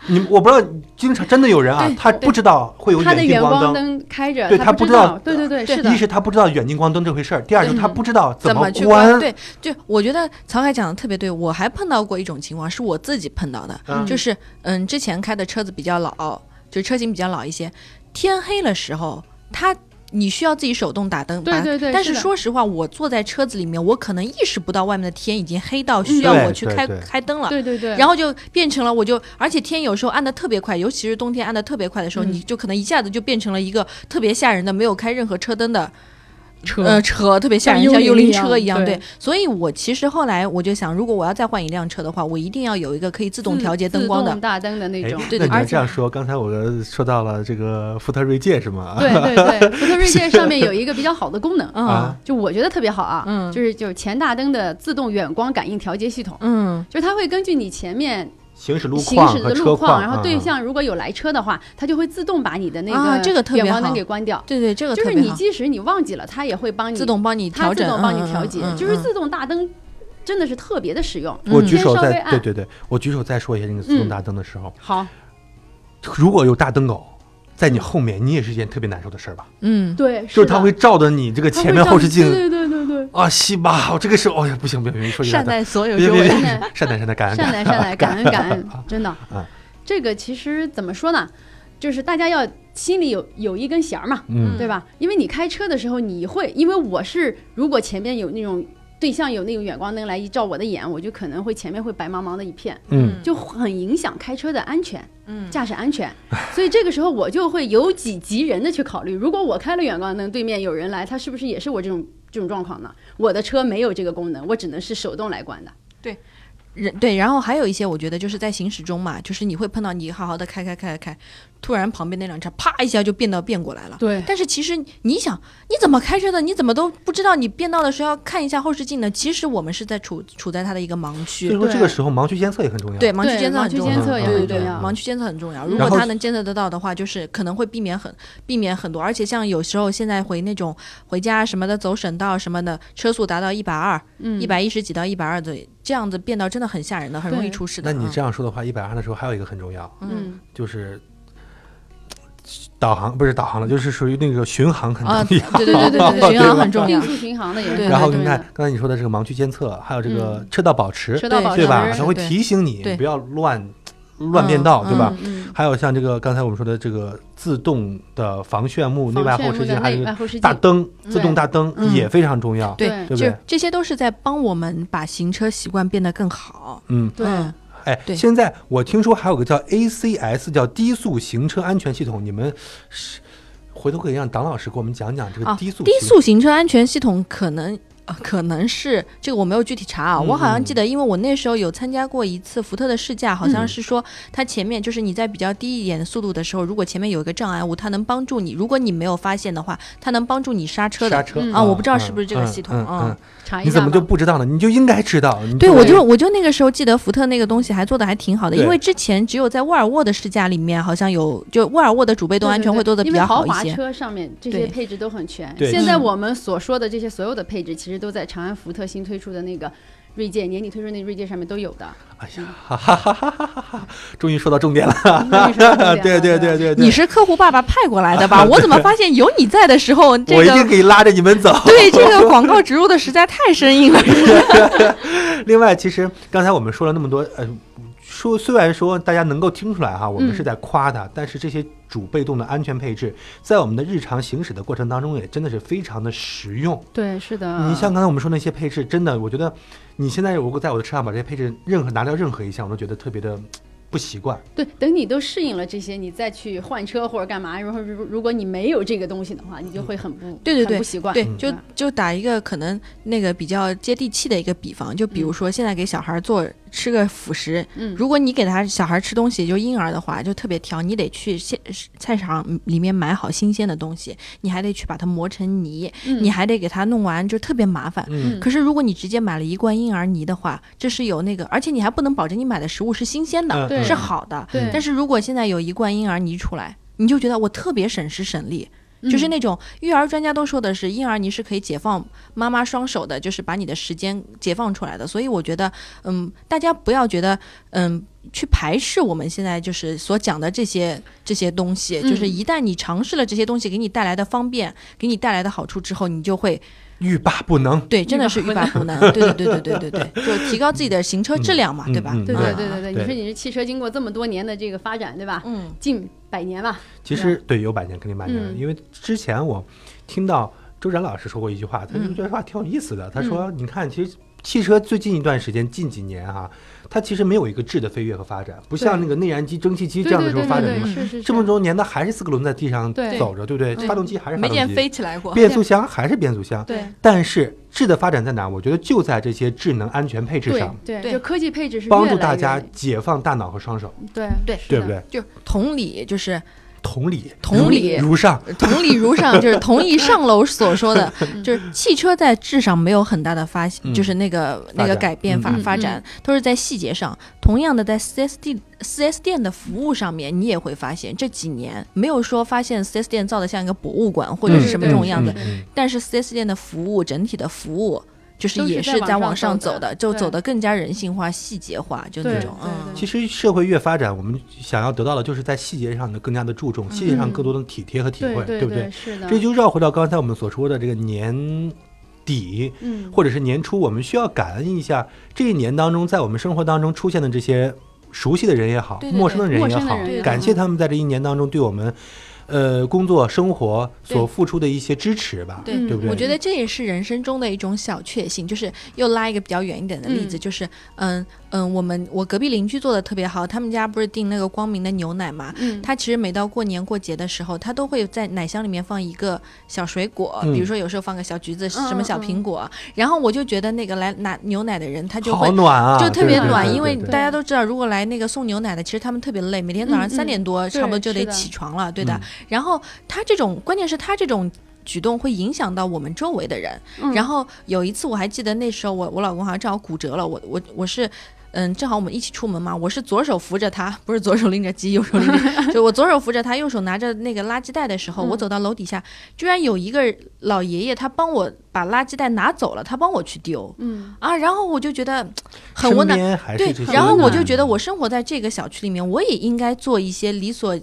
D: 你我不知道，经常真的有人啊
C: 对，
D: 他不知道会有
B: 他的
D: 近
B: 远
D: 光
B: 光
D: 灯。
B: 灯开着，
D: 对他
B: 他
D: 不知
B: 知
D: 道
B: 对对对，
C: 对
B: 是的
D: 一，是他不知道远近光灯这回事儿，第二是
B: 嗯
D: 他不知道
C: 怎
D: 么
C: 去
D: 关。
C: 对，就我觉得曹凯讲的特别对，我还碰到过一种情况，是我自己碰到的，
D: 嗯
C: 就是嗯，之前开的车子比较老，就车型比较老一些。天黑了时候，它你需要自己手动打灯。
B: 对
C: 把
B: 对对
C: 但
B: 是
C: 是
B: 的
C: 说实话，我坐在车子里面，我可能意识不到外面的天已经黑到需要
D: 对
C: 我去
D: 对
C: 开
D: 对
C: 开灯了。
B: 嗯对对对，
C: 然后就变成了，我就而且天有时候暗的特别快，尤其是冬天暗的特别快的时候，
B: 嗯
C: 你就可能一下子就变成了一个特别吓人的，没有开任何车灯的
B: 车
C: 呃车，特别吓人，
B: 像
C: 像
B: 幽
C: 幽
B: 灵
C: 灵
B: 一样
C: 车一样。
B: 对
C: 对，所以我其实后来我就想，如果我要再换一辆车的话，我一定要有一个可以自动调节灯光
B: 自
C: 的
B: 动。大灯的那
D: 哎
B: 种。，
C: 对对
D: 那你
B: 而
D: 要
B: 且
D: 这样说，刚才我说到了这个福特锐界是吗？
B: 对 对对，福特锐界上面有一个比较好的功能，
C: 嗯
D: 啊
B: 就我觉得特别好啊，
C: 嗯
B: 就是就是前大灯的自动远光感应调节系统，
C: 嗯
B: 就是它会根据你前面
D: 行驶路
B: 行
D: 况
B: 驶
D: 和
B: 的
D: 车
B: 路
D: 况，
B: 然后
D: 嗯
B: 对
D: 嗯
B: 象如果有来车的话，它就会自动把你的那
C: 啊这个特别
B: 远光灯
C: 好
B: 给关掉，
C: 对对，这个
B: 就
C: 特
B: 是
C: 别
B: 你
C: 好，
B: 即使你忘记了，它也会帮你
C: 自动帮你
B: 它
C: 调
B: 自
C: 整，
B: 动帮你
C: 嗯
B: 调节，
C: 嗯
B: 就是
C: 嗯
B: 自动大灯真的是特别的实用。
C: 嗯
D: 我举手
B: 稍微嗯
D: 再
B: 暗
D: 对对对，我举手再说一下那个自动大灯的时候，
B: 好，
D: 如果有大灯狗在你后面，你也是一件特别难受的事儿吧？
C: 嗯
B: 对，
D: 就是
B: 的
D: 它会照着你这个
B: 它
D: 前
B: 会
D: 面
B: 照
D: 后视
B: 你
D: 镜
B: 对对对对
D: 啊，西吧，我这个时候，哎呀，不行不行不行，说
C: 嗯，
D: 起
C: 善
D: 来
C: 待所有
D: 别
C: 周
D: 别
C: 围
D: 别
C: 的
B: 善
D: 别
B: 待，
D: 善待善待，感
B: 对，善
D: 恩感
B: 待
D: 恩，
B: 善待，感恩感恩，真的
D: 啊。
B: 这个其实怎么说呢，就是大家要心里有有一根弦儿嘛，
D: 嗯，
B: 对吧？因为你开车的时候，你会，因为我是如果前面有那种对象有那种远光灯来一照我的眼，我就可能会前面会白茫茫的一片，
D: 嗯，
B: 就很影响开车的安全、
C: 嗯
B: 驾驶安全。所以这个时候我就会由己及人的去考虑，如果我开了远光灯，对面有人来，他是不是也是我这种这种状况呢？我的车没有这个功能，我只能是手动来关的。
C: 人对，然后还有一些，我觉得就是在行驶中嘛，就是你会碰到你好好的开开开开开，突然旁边那辆车啪一下就变道变过来了。
B: 对
C: 但是其实你想，你怎么开车的？你怎么都不知道你变道的时候要看一下后视镜呢？其实我们是在处处在它的一个盲
D: 所以
C: 区，
D: 说这个
B: 对
D: 时候盲区监测也很重要。
C: 对，盲
B: 对
C: 区监测
B: 盲
C: 很
B: 区
C: 重
B: 监
C: 要，
D: 测也
C: 对
D: 很
C: 对
D: 重
C: 对，
D: 要
C: 盲区监测很重要。如
D: 嗯然
C: 果
D: 后
C: 它能监测得到的话，就是可能会避免很避免很多，而且像有时候现在回那种回家什么的，走省道什么的，车速达到一百二、
B: 嗯
C: 一百一十几到一百二的这样子变道，真的很吓人的，很容易
B: 对
C: 出事的。
D: 那你
C: 嗯
D: 这样说的话，一百二的时候还有一个很重要，
C: 嗯。
B: 嗯，
D: 就是导航不是导航了，就是属于那个巡航很
C: 啊，
D: 重
C: 对
D: 要。
C: 对 对对对，巡航很重
B: 定。
C: 要
B: 速巡航的也
C: 对
B: 是
D: 然后
C: 对嗯
D: 你
C: 对
D: 看刚才你说的这个盲区监测，还有这个车道保持，
B: 车道保
D: 对
B: 持
D: 吧？
C: 是
D: 它会
C: 对
D: 提醒你
C: 对
D: 不要乱乱变道，对吧？
C: 嗯
B: 嗯，
D: 还有像这个刚才我们说的这个自动的防眩目、内外
B: 防眩
D: 后
B: 目
D: 视
B: 的
D: 镜，还有
B: 内
D: 这
B: 外
D: 个
B: 后视镜
D: 大灯、自动
B: 对
D: 大灯
C: 嗯
D: 也非常重要。
C: 对
B: 对
D: 对不
C: 就
D: 对
C: 是这些都是在帮我们把行车习惯变得更好。
D: 嗯，
B: 对
C: 嗯
D: 哎，
C: 对
D: 现在我听说还有个叫 ACS，叫低速行车安全系统，你们是回头可以让党老师给我们讲讲这个
C: 啊
D: 低速
C: 低
D: 行
C: 速行车安全系统可能。呃可能是这个我没有具体查啊，
D: 嗯嗯
C: 我好像记得，因为我那时候有参加过一次福特的试驾，好像是说它前面就是你在比较低一点的速度的时候，如果前面有一个障碍物，它能帮助你，如果你没有发现的话，它能帮助你刹车
D: 刹
C: 的。
D: 车、
B: 嗯
C: 啊我不知道是不是这个系统
D: 嗯嗯
C: 嗯
D: 嗯
B: 查一下
D: 你怎么
B: 吧
D: 就不知道呢？你就应该知道。你
C: 对，
D: 作
C: 我
D: 为
C: 就我就那个时候记得福特那个东西还做的还挺好的，
D: 对
C: 因为之前只有在沃尔沃的试驾里面，好像有就沃尔沃的主被动安全会做的比
B: 因为
C: 较
B: 豪
C: 好一
B: 华
C: 些。
B: 车上面这些
C: 对
B: 配置都很全。
D: 对
B: 现在
C: 嗯
B: 我们所说的这些所有的配置，其实都在长安福特新推出的那个锐界年底推出那锐界上面都有的。
D: 哎呀，哈哈哈哈哈哈！终于说到重点了。
B: 那你说的
D: 啊
B: 重点
D: 对
B: 了对
D: 对对
B: 吧，
D: 对对，
C: 你是客户爸爸派过来的 吧？我怎么发现有你在的时候，这
D: 我一定
C: 个
D: 可以拉着你们走。
C: 对这个广告植入的实在太生硬了。
D: 另外，其实刚才我们说了那么多，呃，说虽然说大家能够听出来哈，我们
B: 嗯
D: 是在夸它，但是这些主被动的安全配置，在我们的日常行驶的过程当中，也真的是非常的实用。
B: 对是的。
D: 你像刚才我们说那些配置，真的，我觉得你现在如果在我的车上把这些配置任何拿掉任何一项，我都觉得特别的不习惯。
B: 对，等你都适应了这些，你再去换车或者干嘛，然后如如果你没有这个东西的话，你就会很不
C: 对对
B: 很不习惯。
C: 对
D: 嗯，
C: 就就打一个可能那个比较接地气的一个比方，就比如说现在给小孩做吃个辅食，
B: 嗯
C: 如果你给他小孩吃东西，就婴儿的话就特别挑，你得去现菜市场里面买好新鲜的东西，你还得去把它磨成泥，
B: 嗯
C: 你还得给它弄完，就特别麻烦。
D: 嗯
B: 嗯
C: 可是如果你直接买了一罐婴儿泥的话，这是有那个，而且你还不能保证你买的食物是新鲜的，
D: 嗯
B: 对
C: 是好的。
B: 对，
C: 但是如果现在有一罐婴儿泥出来，你就觉得我特别省时省力，就是
B: 嗯
C: 那种育儿专家都说的是，婴儿泥是可以解放妈妈双手的，就是把你的时间解放出来的。所以我觉得，嗯，大家不要觉得，嗯，去排斥我们现在就是所讲的这些这些东西。
B: 嗯
C: 就是一旦你尝试了这些东西给你带来的方便，给你带来的好处之后，你就会
D: 欲罢不能。
C: 对，真的是欲罢不能。对对对对对对对，就提高自己的行车质量嘛，
D: 嗯
C: 对吧
D: 嗯嗯？
B: 对
D: 啊
B: 对对对对，
D: 对
B: 你说你是汽车经过这么多年的这个发展，对吧？
C: 嗯，
B: 近百年吧，
D: 其
B: 对
D: 实对有百年肯定百年了，
B: 嗯
D: 因为之前我听到周然老师说过一句话，他就
B: 嗯
D: 觉得话挺有意思的。他说：“你看，其实汽车最近一段时间，近几年哈、它其实没有一个质的飞跃和发展，不像那个内燃机、蒸汽机
B: 对
D: 这样的
B: 对
D: 时候
B: 对
D: 发展
B: 对
D: 的
B: 对，
D: 嘛。
B: 是是
D: 这么
B: 是
D: 多年，它还是四个轮在地上
B: 对嗯
D: 走着，对不对？
C: 对
D: 发动机还是发
C: 没
D: 动
C: 见
D: 机，
C: 飞起来过。
D: 变速箱还是变速箱。
B: 对
D: 但是质的发展在哪儿？我觉得就在这些智能安全配置
B: 对
D: 上，
B: 对，
C: 对
B: 就科技配置是
D: 帮
B: 越
D: 助
B: 来
D: 大
B: 越
D: 家解放大脑和双手，
B: 对
C: 对
B: 是
D: 对
B: 的
D: 不对？
C: 就同理，就是
D: 同理，
C: 同理
D: 如上。”
C: 同理如上，就是同意上楼所说 的，就是汽车在质上没有很大的发，
D: 嗯
C: 就是那个那个
D: 发展
C: 改变发
D: 嗯
C: 发展，都是在细节上。同样的，在 4S 店 4S 店的服务上面，你也会发现这几年没有说发现 4S 店造的像一个博物馆或者是什么这种样子，
B: 嗯
C: 但是 4S 店的服务整体的服务。就是
B: 都是
C: 也
B: 在
C: 是
B: 往
C: 在
B: 上
C: 往上
B: 走
C: 走
B: 的
C: 的，就
B: 对
C: 走的更加人性化、细节化，就那
B: 对
C: 种嗯
B: 对对
D: 其实社会越发展，我们想要得到的就是在细节上的更加的注重，细节上
B: 嗯
D: 更多的体贴和体会，
B: 对
D: 不
B: 对，
D: 对？
B: 是的，
D: 这就绕回到刚才我们所说的这个年底
B: 嗯
D: 或者是年初，我们需要感恩一下这一年当中，在我们生活当中出现的这些熟悉的人也好，
C: 对对对
D: 陌生的人
B: 陌
D: 也
B: 生的
D: 好，
B: 人也
D: 感谢
B: 好
D: 他们在这一年当中对我们，呃，工作生活所
C: 对
D: 付出的一些支持吧，
C: 对
D: 对不对？
C: 我觉得这也是人生中的一种小确幸，就是又拉一个比较远一点的例子，就是嗯嗯，我们我隔壁邻居做的特别好，他们家不是订那个光明的牛奶嘛，
B: 嗯，
C: 他其实每到过年过节的时候，他都会在奶箱里面放一个小水果，
D: 嗯
C: 比如说有时候放个小橘子，
B: 嗯
C: 什么小苹果，然后我就觉得那个来拿牛奶的人，他就
D: 好
C: 会。
D: 暖啊，
C: 就特别
D: 对对
C: 暖，
D: 对
C: 因为
D: 对
C: 大家都知道，如果来那个送牛奶的，其实他们特别累，每天早上
B: 嗯嗯
C: 三点多差不
B: 对
C: 多就得
B: 是的
C: 起床了，
D: 嗯
C: 对的。然后他这种，关键是他这种举动会影响到我们周围的人。
B: 嗯
C: 然后有一次我还记得那时候我我老公好像正好骨折了，我我我是。嗯，正好我们一起出门嘛，我是左手扶着他，不是左手拎着鸡，右手拎 着，就我左手扶着他，右手拿着那个垃圾袋的时候，
B: 嗯
C: 我走到楼底下，居然有一个老爷爷，他帮我把垃圾袋拿走了，他帮我去丢
B: 嗯
C: 啊，然后我就觉得很
D: 身
C: 温暖，
D: 边还是
C: 对
D: 这，些
C: 然后
B: 温
C: 我
D: 暖
C: 就觉得我生活在这个小区里面，我也应该做一些力所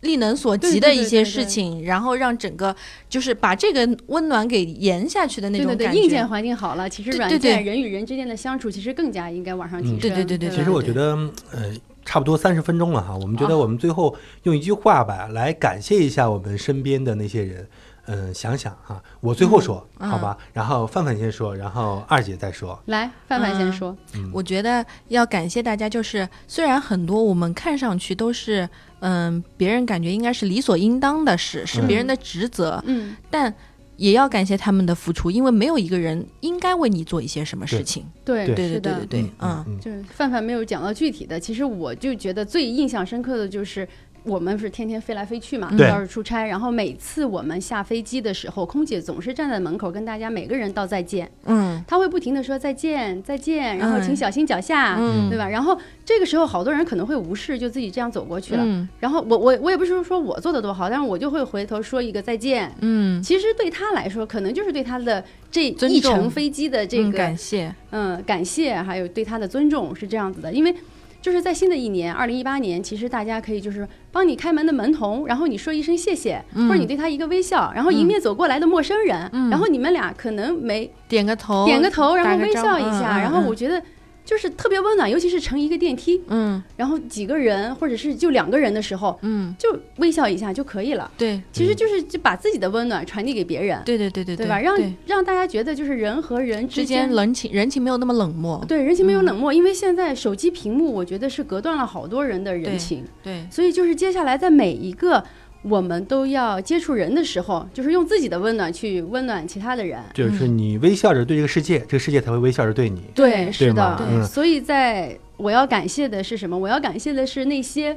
C: 力能所
B: 对
C: 及
B: 对
C: 的
B: 对
C: 一
B: 对
C: 些
B: 对
C: 事情，然后让整个就是把这个温暖给延下去的那
B: 对
C: 种
B: 对
C: 感觉。
B: 对，硬件环境好了，其实
C: 对
B: 软
C: 对
B: 件
C: 对
B: 人与人之间的相处，其实更加应该往上提升。
D: 嗯
C: 对对对对
B: 吧
D: 其实我觉
C: 对
D: 得，呃，差不多三十分钟了哈。我们觉得
B: 啊
D: 我们最后用一句话吧，来感谢一下我们身边的那些人。嗯，想想哈，我最后说、
C: 嗯
D: 好吧，然后范范先说，然后二姐再说。
B: 来，范范先
C: 嗯
B: 说，
C: 我觉得要感谢大家，就是虽然很多我们看上去都是，嗯，别人感觉应该是理所应当的事，是别人的职责，
B: 嗯，
C: 但也要感谢他们的付出，因为没有一个人应该为你做一些什么事情。
B: 对，
D: 对
C: 对
B: 是
C: 对对
B: 的
C: 对，对，嗯，
D: 嗯，
B: 就是范范没有讲到具体的，其实我就觉得最印象深刻的就是。我们是天天飞来飞去嘛，
D: 对
B: 到处出差，然后每次我们下飞机的时候，空姐总是站在门口跟大家每个人道再见，
C: 嗯
B: 她会不停的说再见再见，然后请
C: 嗯
B: 小心脚下，
C: 嗯
B: 对吧？然后这个时候好多人可能会无视，就自己这样走过去了。
C: 嗯
B: 然后我我我也不是说我做的多好，但是我就会回头说一个再见。
C: 嗯，
B: 其实对他来说，可能就是对他的这
C: 尊
B: 一程
C: 重
B: 飞机的这
C: 嗯
B: 个
C: 感谢，
B: 嗯感谢，还有对他的尊重是这样子的，因为。就是在新的一年，二零一八年，其实大家可以就是帮你开门的门童，然后你说一声谢谢，
C: 嗯
B: 或者你对他一个微笑，然后迎面走过来的陌生人，
C: 嗯
B: 然后你们俩可能没
C: 点个头，
B: 点个头，然
C: 打
B: 后
C: 个
B: 微
C: 招
B: 笑一
C: 嗯
B: 下，
C: 嗯
B: 然后
C: 嗯
B: 我觉得就是特别温暖，尤其是乘一个电梯，
C: 嗯
B: 然后几个人或者是就两个人的时候，
C: 嗯，
B: 就微笑一下就可以了。
C: 对
B: 其实就是就把自己的温暖传递给别人，
C: 对对对对
B: 对吧？
C: 对
B: 让让大家觉得就是人和人
C: 之
B: 之
C: 间
B: 间。
C: 人情人情没有那么冷漠，
B: 对人情没有冷漠，因为现在手机屏幕，我觉得是隔断了好多人的人
C: 对
B: 情，
C: 对
B: 所以就是接下来在每一个我们都要接触人的时候，就是用自己的温暖去温暖其他的人。
D: 就是你微笑着对这个世界，这个世界才会微笑着对你。
B: 对，是
D: 吗
B: 的，
D: 嗯
B: 所以在我要感谢的是什么？我要感谢的是那些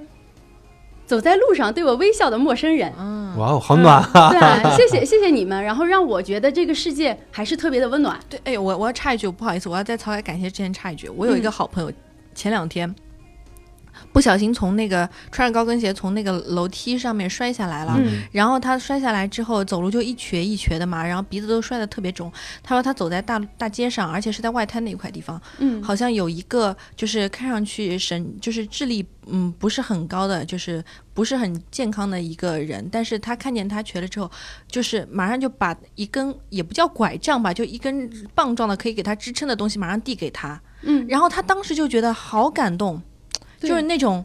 B: 走在路上对我微笑的陌生人。
C: 嗯，
D: 哇哦，好暖 啊！
B: 对啊，谢谢谢谢你们，然后让我觉得这个世界还是特别的温暖。
C: 对，哎，我我要插一句，不好意思，我要在曹凯感谢之前插一句，我有一个好朋友，前两天。不小心从那个穿着高跟鞋从那个楼梯上面摔下来了，
B: 嗯
C: 然后他摔下来之后走路就一瘸一瘸的嘛，然后鼻子都摔得特别肿。他说他走在大大街上，而且是在外滩那一块地方，
B: 嗯，
C: 好像有一个就是看上去神就是智力嗯不是很高的，就是不是很健康的一个人，但是他看见他瘸了之后，就是马上就把一根也不叫拐杖吧，就一根棒状的可以给他支撑的东西马上递给他，
B: 嗯，
C: 然后他当时就觉得好感动，
B: 对
C: 就是那种。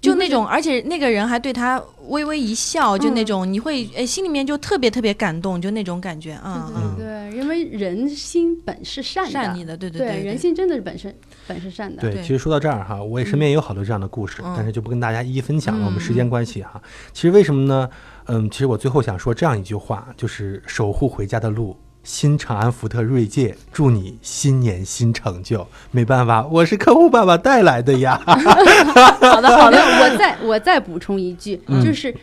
C: 就
B: 你会
C: 那种，而且那个人还对他微微一笑，就那
B: 嗯
C: 种你会哎心里面就特别特别感动，就那种感觉啊，嗯
D: 嗯
B: 对，因为人心本是善的，
C: 善意的，对
B: 对
C: 对
B: 人心真的是本身本是善的。
D: 对，
C: 对
D: 其实说到这儿哈，我也身边也有好多这样的故事，
C: 嗯
D: 但是就不跟大家一一分享了，我
C: 嗯
D: 们时间关系哈。其实为什么呢？嗯，其实我最后想说这样一句话，就是守护回家的路。新长安福特锐界，祝你新年新成就。没办法，我是客户爸爸带来的呀。
B: 哦好的，好的，我再我再补充一句，
D: 嗯
B: 就是。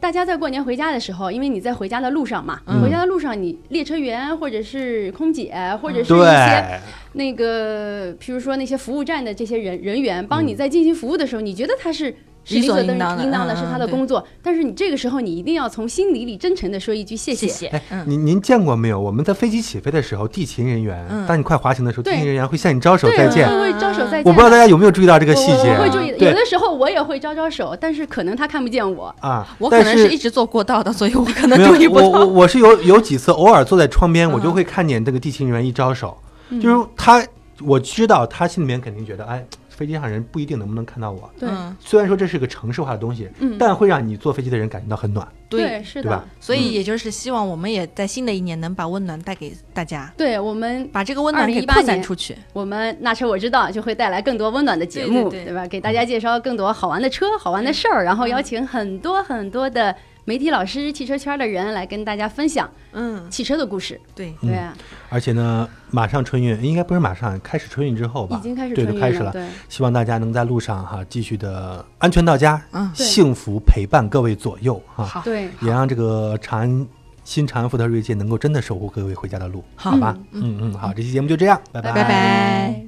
B: 大家在过年回家的时候，因为你在回家的路上嘛，
D: 嗯
B: 回家的路上，你列车员或者是空姐，或者是一些 哎
D: 对，
B: 那个，譬如说那些服务站的这些人人员，帮你在进行服务的时候，你觉得他是是
C: 嗯理
B: 所
C: 所
B: 应
C: 应当的
B: 应当的
C: 嗯
B: 是
C: 嗯
B: 他的
C: 对
B: 工作，但是你这个时候你一定要从心底里真诚的说一句谢
C: 谢
B: 谢。
C: 谢
D: 哎，
C: 嗯
D: 您您见过没有？我们在飞机起飞的时候，地勤人员，
C: 嗯
D: 当你快滑行的时候，地
B: 对
D: 勤人员会向你招手
B: 对，啊
D: 再见。
B: 我会招手再见。
D: 我不知道大家有没有注意到这个细
B: 我
D: 节啊
B: 我会注意的，
D: 对
B: 有的时候我也会招招手，但是可能他看不见我。
D: 啊。
C: 我可
D: 但
C: 能是一直坐过道的，所以我可能
D: 没有
C: 注意不
D: 我我
C: 到。
D: 我是有有几次偶尔坐在窗边，我就
C: 嗯
D: 会看见这个地勤人员一招手，
B: 嗯
D: 就是他，我知道他心里面肯定觉得，哎，飞机上人不一定能不能看到我。
B: 对，
C: 嗯
D: 虽然说这是个城市化的东西，
B: 嗯
D: 但会让你坐飞机的人感觉到很暖，
C: 对，
B: 是
D: 对吧
B: 的，
C: 所以也就是希望我们也在新的一年能把温暖带给大家，
B: 对我们
C: 把这个温暖给
B: 2018
C: 扩散
B: 年
C: 出去。
B: 我们那车我知道就会带来更多温暖的节目，
C: 对嗯对对
B: 吧？给大家介绍更多好玩的车、好玩的事儿，然后邀请很多很多的媒体老师、汽车圈的人来跟大家分享
C: 嗯，
B: 汽车的故事。
C: 对，
D: 嗯
B: 对啊，
D: 而且呢，马上春运应该不是马上开始春运之后吧？
B: 已经开始
D: 对，
B: 春
D: 都
B: 运
D: 开始了。
B: 对，
D: 希望大家能在路上哈、继续的安全到家，
C: 嗯
B: 对
D: 幸福陪伴各位左右哈、
C: 好
B: 对，
D: 也让这个长安新长安福特锐界能够真的守护各位回家的路，
C: 好
D: 好吧？
B: 嗯
D: 嗯嗯，好，这期节目就这样，
C: 拜拜。